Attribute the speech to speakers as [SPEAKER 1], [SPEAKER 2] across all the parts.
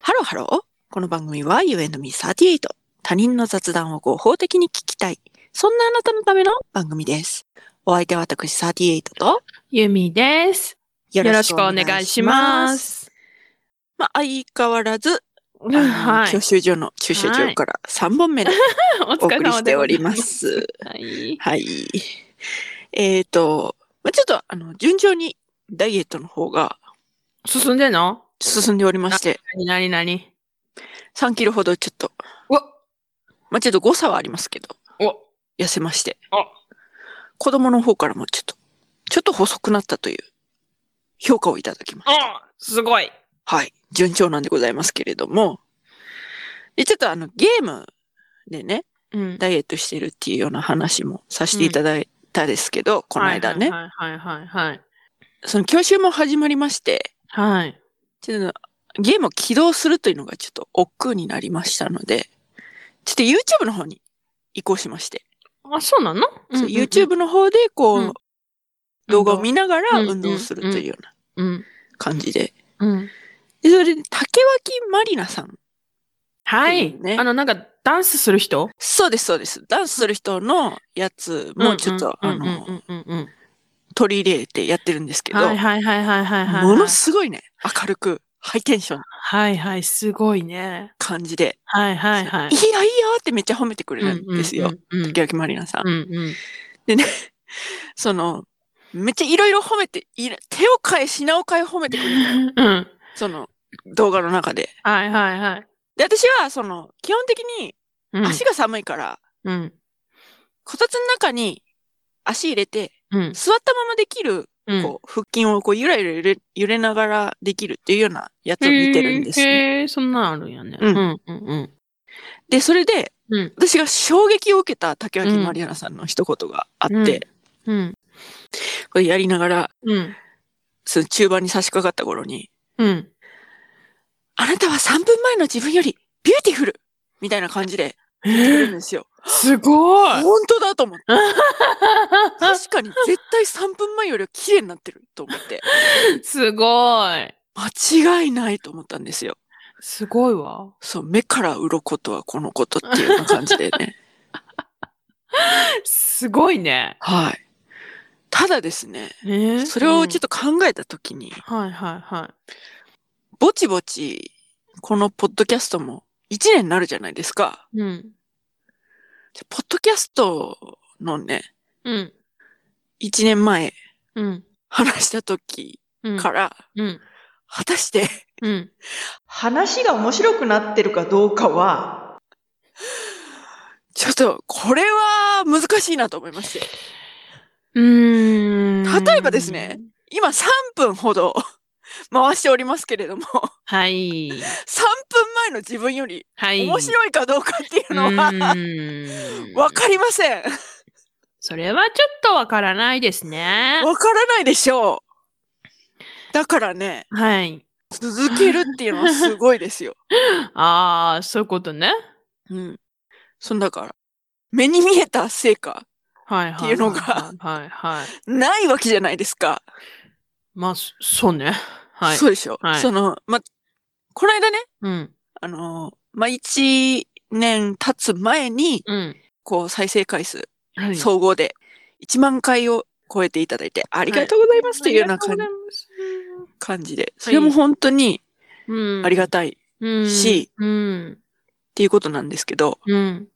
[SPEAKER 1] ハローハロー。この番組は You and me38。他人の雑談を合法的に聞きたい。そんなあなたのための番組です。お相手は私38と
[SPEAKER 2] ゆみです。
[SPEAKER 1] よ
[SPEAKER 2] よろしくお願いしま。す。
[SPEAKER 1] まあ、相変わらず、あの
[SPEAKER 2] はい
[SPEAKER 1] 教。習所の駐車場から3本目 で
[SPEAKER 2] お
[SPEAKER 1] お
[SPEAKER 2] 疲
[SPEAKER 1] 送
[SPEAKER 2] れ
[SPEAKER 1] り
[SPEAKER 2] 様
[SPEAKER 1] して
[SPEAKER 2] で
[SPEAKER 1] お
[SPEAKER 2] ござ
[SPEAKER 1] り
[SPEAKER 2] い
[SPEAKER 1] ま
[SPEAKER 2] ます。
[SPEAKER 1] す。
[SPEAKER 2] はい。
[SPEAKER 1] はい。えっ、ー、と、まあ、ちょっとあの、順調にダイエットの方が
[SPEAKER 2] 進んでんの
[SPEAKER 1] 進んでおりまして、
[SPEAKER 2] なになに
[SPEAKER 1] 3キロほどちょっと、
[SPEAKER 2] うわ
[SPEAKER 1] まあ、ちょっと誤差はありますけど、
[SPEAKER 2] お
[SPEAKER 1] 痩せまして
[SPEAKER 2] あ、
[SPEAKER 1] 子供の方からもちょっと、ちょっと細くなったという評価をいただきました。
[SPEAKER 2] あすごい
[SPEAKER 1] はい。順調なんでございますけれども、で、ちょっとあの、ゲームでね、
[SPEAKER 2] うん。
[SPEAKER 1] ダイエットしてるっていうような話もさせていただいたですけど、この間ね、
[SPEAKER 2] はいはいはいはい
[SPEAKER 1] その教習も始まりまして、
[SPEAKER 2] はい。はい。
[SPEAKER 1] ちょっとゲームを起動するというのがちょっと億劫になりましたので、ちょっと YouTube の方に移行しまして、
[SPEAKER 2] あ、そうなの
[SPEAKER 1] そう YouTube の方でこう、
[SPEAKER 2] うん
[SPEAKER 1] 動画を見ながら
[SPEAKER 2] うん
[SPEAKER 1] 運動するというような
[SPEAKER 2] うん。
[SPEAKER 1] 感じで。
[SPEAKER 2] うん。
[SPEAKER 1] で、それで竹脇まりなさん。
[SPEAKER 2] はい。
[SPEAKER 1] ね
[SPEAKER 2] あの、なんか、ダンスする人
[SPEAKER 1] そうです、そうです。ダンスする人のやつもちょっと、
[SPEAKER 2] うん
[SPEAKER 1] あ
[SPEAKER 2] うんうん
[SPEAKER 1] の、
[SPEAKER 2] うんうんうん
[SPEAKER 1] 取り入れてやってるんですけど、
[SPEAKER 2] はいはいはいはいはいはい。
[SPEAKER 1] ものすごいね、明るく、ハイテンションな
[SPEAKER 2] はいはい、すごいね。
[SPEAKER 1] 感じで、
[SPEAKER 2] はいはいはい
[SPEAKER 1] い、。よいいよってめっちゃ褒めてくれるんですよ。
[SPEAKER 2] うんうん
[SPEAKER 1] 竹脇まりなさん。
[SPEAKER 2] うん。うんうん
[SPEAKER 1] その、めっちゃいろいろ褒めて、いろ手を変え、品を変え褒めてくれるのよ。
[SPEAKER 2] うん。
[SPEAKER 1] その、動画の中で。
[SPEAKER 2] はいはいはい。
[SPEAKER 1] で、私は、その、基本的に
[SPEAKER 2] うん
[SPEAKER 1] 足が寒いから、
[SPEAKER 2] うん。
[SPEAKER 1] こたつの中に足入れて、
[SPEAKER 2] うん。
[SPEAKER 1] 座ったままできる、
[SPEAKER 2] うん
[SPEAKER 1] こう、腹筋をこう、ゆらゆら揺れ揺れながらできるっていうようなやつを見てるんですね。
[SPEAKER 2] へーそんなんあるんやね。
[SPEAKER 1] うん
[SPEAKER 2] うんうん
[SPEAKER 1] で、それで、
[SPEAKER 2] うん
[SPEAKER 1] 私が衝撃を受けた竹脇まりやさんの一言があって、
[SPEAKER 2] うんうん。
[SPEAKER 1] これやりながら、
[SPEAKER 2] うん。
[SPEAKER 1] その中盤に差し掛かった頃に、
[SPEAKER 2] うん。
[SPEAKER 1] あなたは3分前の自分よりビューティフルみたいな感じで
[SPEAKER 2] え
[SPEAKER 1] 言ってるん
[SPEAKER 2] ー
[SPEAKER 1] ですよ。
[SPEAKER 2] すごい
[SPEAKER 1] 本当だと思 って。確かに絶対3分前よりは綺麗になってると思って。
[SPEAKER 2] すごい
[SPEAKER 1] 間違いないと思ったんですよ。
[SPEAKER 2] すごいわ。
[SPEAKER 1] そう、目から鱗とはこのことっていうような感じで ね。
[SPEAKER 2] すごいね。
[SPEAKER 1] はい。ただですね、
[SPEAKER 2] えー
[SPEAKER 1] それをちょっ
[SPEAKER 2] と。
[SPEAKER 1] と考えたときに、
[SPEAKER 2] はいはいは
[SPEAKER 1] ぼちぼち、このポッドキャストも1年になるじゃないですか。
[SPEAKER 2] い。うん。
[SPEAKER 1] じゃポッドキャストのね、
[SPEAKER 2] うん。
[SPEAKER 1] 1年前
[SPEAKER 2] うん。
[SPEAKER 1] 話した時
[SPEAKER 2] うん。
[SPEAKER 1] から、
[SPEAKER 2] うん。
[SPEAKER 1] 果たして、
[SPEAKER 2] うん。
[SPEAKER 1] 話が面白くなってるかどうかは、ちょっと、これは難しいなと思いまして。
[SPEAKER 2] うーん。
[SPEAKER 1] 例えばですね。今3分ほど回しておりますけれども、3分
[SPEAKER 2] はい。
[SPEAKER 1] 前の自分より
[SPEAKER 2] はい。
[SPEAKER 1] 面
[SPEAKER 2] い
[SPEAKER 1] 白いかどうかっていうのは、わかりません。
[SPEAKER 2] それはちょっとわからないですね。
[SPEAKER 1] わからないでしょう。だからね、
[SPEAKER 2] はい。
[SPEAKER 1] 続けるっていうのはすごいですよ。
[SPEAKER 2] ああ、そういうことね。
[SPEAKER 1] うん。そんだから、目に見えた成果、
[SPEAKER 2] はいはい。
[SPEAKER 1] っていうのが
[SPEAKER 2] はいはいはい。
[SPEAKER 1] ないわけじゃないですか。
[SPEAKER 2] まあ、そそうね。はい。
[SPEAKER 1] そうでしょ。
[SPEAKER 2] はい
[SPEAKER 1] その、ま、この間ね、
[SPEAKER 2] うん。
[SPEAKER 1] あの、まあ、1年経つ前に、
[SPEAKER 2] うん。
[SPEAKER 1] こう、再生回数、
[SPEAKER 2] はい
[SPEAKER 1] 総合で1万回を超えていただいて、ありがとうございますっていうような感じ,、
[SPEAKER 2] ありがとうございます
[SPEAKER 1] 感じで、それも本当に
[SPEAKER 2] うん。
[SPEAKER 1] ありがたいっ
[SPEAKER 2] うん
[SPEAKER 1] し。
[SPEAKER 2] うん。
[SPEAKER 1] ていうことなんですけど、
[SPEAKER 2] うん。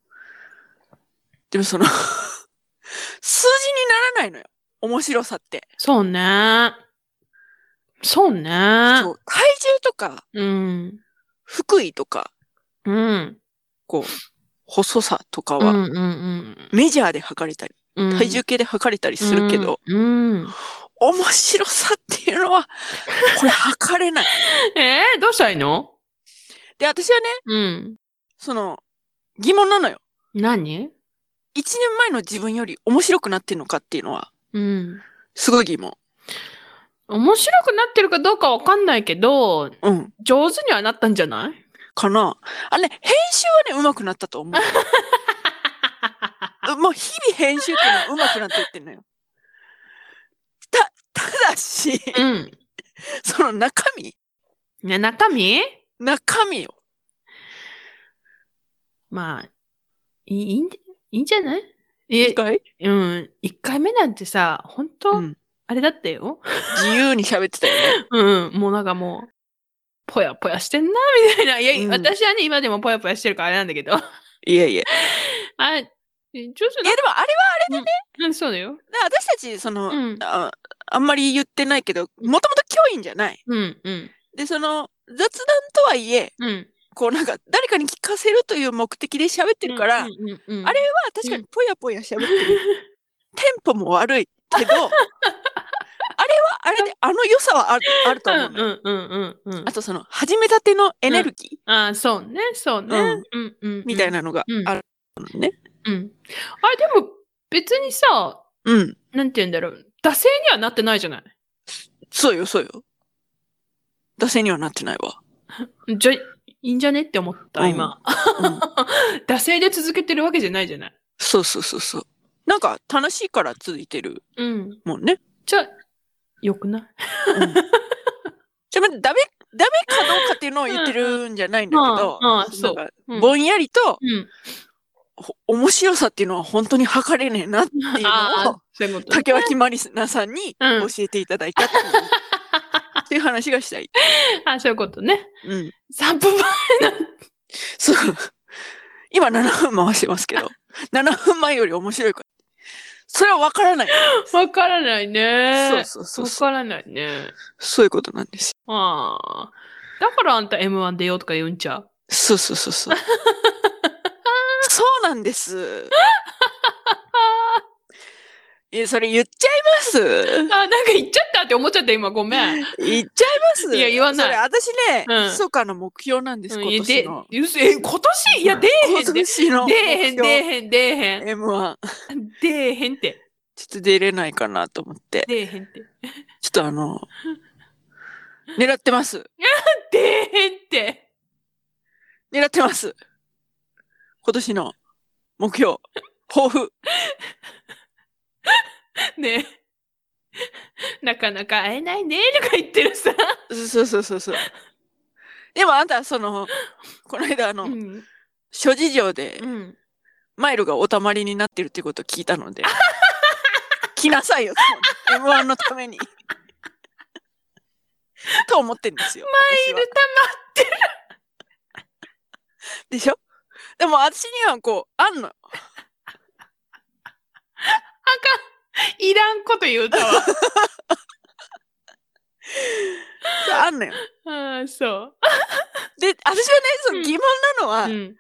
[SPEAKER 1] でもそ の、数字にならないのよ。面白さって。
[SPEAKER 2] そうね。そうね。
[SPEAKER 1] そうう体重とか、
[SPEAKER 2] ん。
[SPEAKER 1] 腹囲とか、
[SPEAKER 2] うん。うん。
[SPEAKER 1] こう、細さとか
[SPEAKER 2] うん。う
[SPEAKER 1] は、
[SPEAKER 2] ん
[SPEAKER 1] メジャーで測れたり、
[SPEAKER 2] うん。
[SPEAKER 1] 体重計で測れたりするけど、
[SPEAKER 2] うん。うん。
[SPEAKER 1] 面白さっていうのは、これ測れない。
[SPEAKER 2] えー、どうしたらいいの
[SPEAKER 1] で、私はね、
[SPEAKER 2] うん。
[SPEAKER 1] その、疑問なのよ。
[SPEAKER 2] 何
[SPEAKER 1] 一年前の自分より面白くなってるのかっていうのは、
[SPEAKER 2] うん。
[SPEAKER 1] すごい疑問。
[SPEAKER 2] 面白くなってるかどうかわかんないけど、
[SPEAKER 1] うん。
[SPEAKER 2] 上手にはなったんじ ゃない
[SPEAKER 1] かな。あれね、編集はね、上手くなった と思う。もう日々編集っていうのは上手くなっていってんのよ。た、ただし、
[SPEAKER 2] うん。
[SPEAKER 1] その中身、
[SPEAKER 2] ね、中身
[SPEAKER 1] 中身を。
[SPEAKER 2] まあ、いいいいんじゃ、いいんじゃないえ、
[SPEAKER 1] 回
[SPEAKER 2] うん。一回目なんてさ、本当、
[SPEAKER 1] うん
[SPEAKER 2] あれだったよ。
[SPEAKER 1] 自由に喋ってたよね。
[SPEAKER 2] うん。もうなんかもう、ぽやぽやしてんな、みたいな。いや、
[SPEAKER 1] うん
[SPEAKER 2] 私はね、今でもぽやぽやしてるからあれなんだけど。 あ、
[SPEAKER 1] いやいや。い
[SPEAKER 2] え徐々
[SPEAKER 1] やでもあれは、
[SPEAKER 2] に、うん、そうだよ。
[SPEAKER 1] な私たち、その、
[SPEAKER 2] うん。
[SPEAKER 1] あ、あんまり言ってないけど、もともと教員じゃない。
[SPEAKER 2] うん、うん、
[SPEAKER 1] で、その、雑談とはいえ、
[SPEAKER 2] うん。
[SPEAKER 1] こうなんか、誰かに聞かせるという目的で喋ってるから、
[SPEAKER 2] うん、うんうんうん
[SPEAKER 1] あれは確かにぽやぽや喋って る。テンポも悪いけど、あれはあれで、あの良さはあるあると思うのよ、
[SPEAKER 2] うんうんうんうんうん
[SPEAKER 1] あとその、始めたてのエネルギー
[SPEAKER 2] ああそうねそうね、
[SPEAKER 1] うん
[SPEAKER 2] うんうん
[SPEAKER 1] みたい、なのがあるのね。
[SPEAKER 2] うん、あれでも別にさ
[SPEAKER 1] うん。
[SPEAKER 2] なんて言うんだろう惰性にはなってないじゃない
[SPEAKER 1] そうよ、そうよ。惰性にはなってないわ。
[SPEAKER 2] じゃいいんじゃねって思った、
[SPEAKER 1] うん
[SPEAKER 2] 今
[SPEAKER 1] うん
[SPEAKER 2] 惰性で続けてるわけじゃないじゃない
[SPEAKER 1] そうそうそうそう。なんか、楽しいから続いてる
[SPEAKER 2] うん
[SPEAKER 1] もんね。
[SPEAKER 2] じゃあよくない
[SPEAKER 1] じゃあ、まだダメ、ダメかどうかっていうのを言ってるんじゃないんだけど、
[SPEAKER 2] うんうんまあまあそう
[SPEAKER 1] なんか
[SPEAKER 2] うん
[SPEAKER 1] ぼんやりと、
[SPEAKER 2] うん
[SPEAKER 1] ほ面白さっていうのは本当に測れねえなっていう
[SPEAKER 2] あ
[SPEAKER 1] のを
[SPEAKER 2] あ、そういうこと
[SPEAKER 1] 竹脇まりなさんに
[SPEAKER 2] うん
[SPEAKER 1] 教えていただいた っていう,、っていう話がしたい。
[SPEAKER 2] あそういうことね
[SPEAKER 1] うん。
[SPEAKER 2] 3分前
[SPEAKER 1] そう。今7分回してますけ ど、7分前より面白いから。それはわからない。
[SPEAKER 2] わからないね
[SPEAKER 1] そうそうそう
[SPEAKER 2] わ
[SPEAKER 1] そう。
[SPEAKER 2] からないね
[SPEAKER 1] そういうことなんです。
[SPEAKER 2] ああだからあんた M1 出ようとか言うんちゃう
[SPEAKER 1] そうそうそう そう。そうなんです。え、それ言っちゃいます。
[SPEAKER 2] あ、なんか言っちゃったって思っちゃった、今。ごめん。
[SPEAKER 1] 言っちゃいます。
[SPEAKER 2] いや言わない
[SPEAKER 1] それ私ね、
[SPEAKER 2] うん
[SPEAKER 1] 密かな目標なんです、
[SPEAKER 2] うん
[SPEAKER 1] 今
[SPEAKER 2] いや
[SPEAKER 1] 年の。
[SPEAKER 2] でうそえ、今年いや、出えへん
[SPEAKER 1] 今
[SPEAKER 2] で。
[SPEAKER 1] 年の
[SPEAKER 2] 出えへん、出え
[SPEAKER 1] 目
[SPEAKER 2] へん、出えへん。
[SPEAKER 1] 標 M1。
[SPEAKER 2] 出えへんって。
[SPEAKER 1] ちょっと出れないかなと思って。
[SPEAKER 2] 出えへんって。
[SPEAKER 1] ちょっとあの、狙ってます。
[SPEAKER 2] 出えへんって。
[SPEAKER 1] 狙ってます。今年の目標、抱負。
[SPEAKER 2] ね えなかなか会えないね、とか言ってるさ。
[SPEAKER 1] そうそうそうそう。でもあんた、その、この間あの、
[SPEAKER 2] うん。
[SPEAKER 1] 諸事情で
[SPEAKER 2] う、ん。
[SPEAKER 1] マイルがおたまりになってるってことを聞いたので、 来なさいよ、と思って M1 のために。 と思ってんですよ。マ
[SPEAKER 2] マイル
[SPEAKER 1] でしょでも私にはこう、あんの。
[SPEAKER 2] いらんこと言うたわ。
[SPEAKER 1] あんのよ。
[SPEAKER 2] あーそう。
[SPEAKER 1] で、私はね、その疑問なのは、
[SPEAKER 2] うん。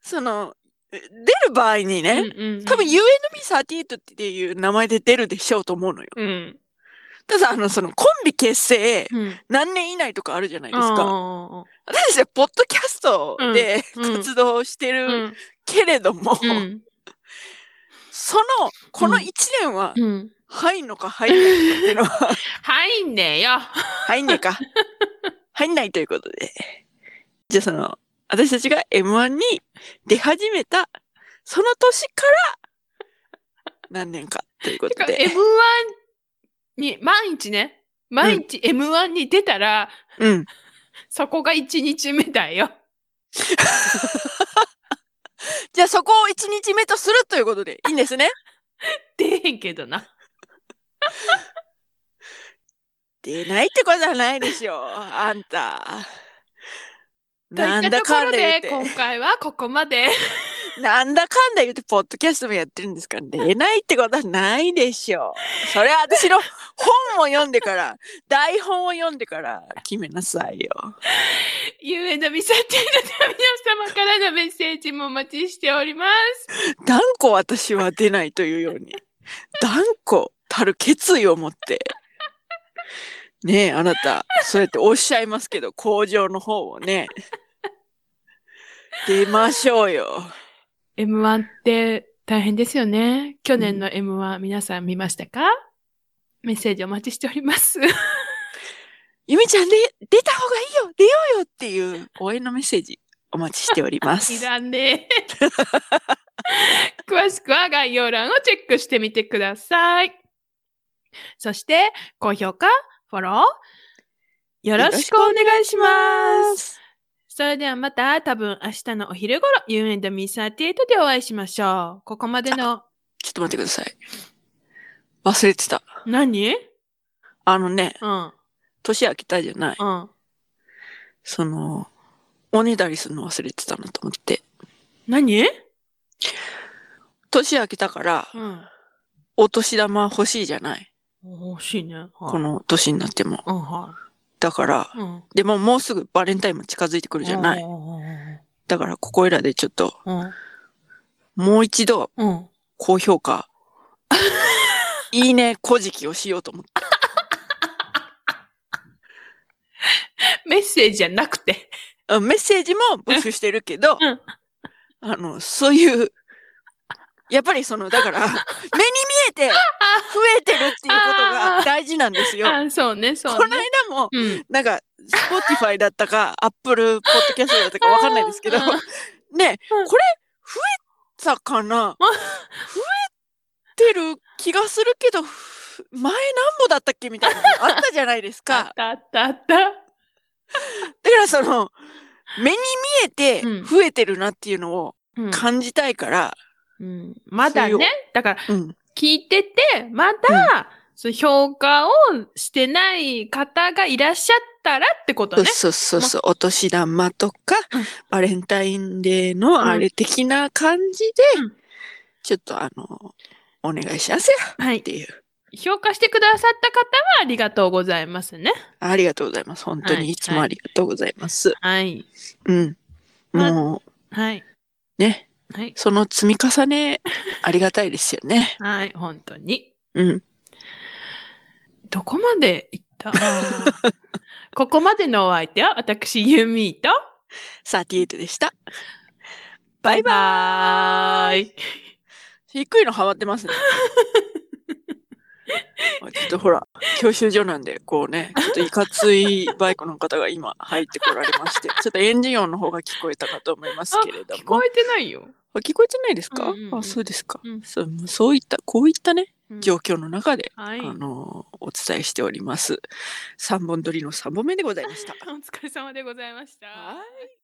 [SPEAKER 1] その、出る場合にね、
[SPEAKER 2] うんうん
[SPEAKER 1] 多分 UNB38 っていう名前で出るでしょうと思うのよ。
[SPEAKER 2] うん。
[SPEAKER 1] ただ、あの、そのコンビ結成
[SPEAKER 2] うん。
[SPEAKER 1] 何年以内とかあるじゃないですか。
[SPEAKER 2] あ
[SPEAKER 1] 私たちはポッドキャストで
[SPEAKER 2] うん
[SPEAKER 1] 活動して
[SPEAKER 2] ー
[SPEAKER 1] るけれども、
[SPEAKER 2] うん。うん。
[SPEAKER 1] その、この
[SPEAKER 2] うん
[SPEAKER 1] 1年は
[SPEAKER 2] うん。
[SPEAKER 1] 入んのか入んないのかっていうの は、
[SPEAKER 2] 入んねえよ。
[SPEAKER 1] 入んねえか。入んないということで。じゃあその、私たちが M1 に出始めた、その年から、何年かというこ
[SPEAKER 2] て
[SPEAKER 1] と
[SPEAKER 2] か
[SPEAKER 1] で。
[SPEAKER 2] M1 に、毎日ね、毎日 M1 に出たら、
[SPEAKER 1] うん。
[SPEAKER 2] そこが1日目だよ。
[SPEAKER 1] じゃあそこを1日目とするということでいいんですね。
[SPEAKER 2] 出へんけどな。
[SPEAKER 1] 出ないってことはないでしょう。あんた。なんだかんだ
[SPEAKER 2] とい
[SPEAKER 1] 言
[SPEAKER 2] っ
[SPEAKER 1] ったて
[SPEAKER 2] ところで、。今回はここまで。
[SPEAKER 1] なんだかんだ言って、ポッドキャストもやってるんですから、出ないってことはないでしょう。それは私の本を読んでから、台本を読んでから決めなさいよ。
[SPEAKER 2] ゆえのみさての皆様からのメッセージもお待ちしております。
[SPEAKER 1] 断固私は出ないというように、断固たる決意を持って、ねえ、あなた、そうやっておっしゃいますけど、工場の方をね、出ましょうよ。
[SPEAKER 2] M1 って大変ですよね。去年の M1、皆さん見ましたかメッセージお待ちしております。
[SPEAKER 1] ゆみちゃんで、出た方がいいよ出ようよっていう応援のメッセージ、お待ちしており ます。
[SPEAKER 2] いらねえ。詳しくは概要欄をチェックしてみてください。そして、高評価、フォロー、よろしくお願いします。
[SPEAKER 1] す。
[SPEAKER 2] それではまた多分明日のお昼頃 You and me38 でお会いしましょう。ここまでの
[SPEAKER 1] ちょっと待ってください。忘れてた。
[SPEAKER 2] 何
[SPEAKER 1] あのね、
[SPEAKER 2] うん
[SPEAKER 1] 年明けたじゃない。
[SPEAKER 2] うん。
[SPEAKER 1] その、おねだりするの忘れてたなと思って。
[SPEAKER 2] 何
[SPEAKER 1] 年明けたから、
[SPEAKER 2] うん。
[SPEAKER 1] お年玉欲しいじゃない。
[SPEAKER 2] 欲しいね。はい
[SPEAKER 1] この年になっても。
[SPEAKER 2] うんは
[SPEAKER 1] だから、
[SPEAKER 2] い。うん。
[SPEAKER 1] でももうすぐバレンタインも近づいてくるじゃない。
[SPEAKER 2] う
[SPEAKER 1] だから、ここいらでちょっと、
[SPEAKER 2] ん。
[SPEAKER 1] もう一度、
[SPEAKER 2] うん。
[SPEAKER 1] 高評 価、いいね、古事記をしようと思って。
[SPEAKER 2] メッセージじゃなくて。
[SPEAKER 1] あメッセージも募集してるけど
[SPEAKER 2] うん、
[SPEAKER 1] あの、そういう、やっぱりその、だ から、目に見えて、増えてるっていうことが大事なんですよ。
[SPEAKER 2] あ、そうね、そ
[SPEAKER 1] こ
[SPEAKER 2] う
[SPEAKER 1] の間
[SPEAKER 2] ね。
[SPEAKER 1] も、
[SPEAKER 2] うん。
[SPEAKER 1] なんか、Spotify だったか、Apple Podcast だったかわかんないですけど
[SPEAKER 2] あ、
[SPEAKER 1] ね、
[SPEAKER 2] うん
[SPEAKER 1] これ、増えたかな増えてる気がするけど、ふ前何歩だったっけみたいなのあったじゃないです
[SPEAKER 2] あっ
[SPEAKER 1] か。
[SPEAKER 2] たあったあった。
[SPEAKER 1] だからその、目に見えて
[SPEAKER 2] うん
[SPEAKER 1] 増えてるなっていうのを
[SPEAKER 2] うん
[SPEAKER 1] 感じたいから、
[SPEAKER 2] うん、まだ
[SPEAKER 1] 強い
[SPEAKER 2] ね、だから
[SPEAKER 1] うん。
[SPEAKER 2] 聞いてて、まだ、その評価をしてない方がいらっしゃったらってことね。
[SPEAKER 1] そうそうそう、お年玉とか
[SPEAKER 2] うん、
[SPEAKER 1] バレンタインデーのあれ的な感じで
[SPEAKER 2] うん、
[SPEAKER 1] ちょっとあの、お願いしますよ
[SPEAKER 2] は
[SPEAKER 1] っ
[SPEAKER 2] い。
[SPEAKER 1] ていう。
[SPEAKER 2] 評価してくださった方はありがとうございますね。
[SPEAKER 1] ありがとうございます。本当
[SPEAKER 2] はい
[SPEAKER 1] にいつもありがとうございます。
[SPEAKER 2] はい。
[SPEAKER 1] うん。
[SPEAKER 2] ま
[SPEAKER 1] も
[SPEAKER 2] はい。
[SPEAKER 1] うね、
[SPEAKER 2] はい。
[SPEAKER 1] その積み重ね、ありがたいですよね。
[SPEAKER 2] はい。本当に。
[SPEAKER 1] うん。
[SPEAKER 2] どこまで行った あーここまでのお相手は私、ユーミーと、
[SPEAKER 1] 38でした。
[SPEAKER 2] バイバーイ。
[SPEAKER 1] 低いのハマってます ね。あちょっとほら、教習所なんで、こうね、ちょっといかついバイクの方が今入ってこられま して、ちょっとエンジン音の方が聞こえたかと思いますけれど
[SPEAKER 2] 聞
[SPEAKER 1] も
[SPEAKER 2] こ。えてないよ。
[SPEAKER 1] あ聞こえてないですか、
[SPEAKER 2] うんうんうん
[SPEAKER 1] あ、そうですか。
[SPEAKER 2] うん
[SPEAKER 1] そうもうそういった、こういったね、
[SPEAKER 2] うん
[SPEAKER 1] 状況の中で、
[SPEAKER 2] はい。
[SPEAKER 1] あのーお伝えしております。3本撮りの3本目でございました。
[SPEAKER 2] お疲れ様でございました。
[SPEAKER 1] はい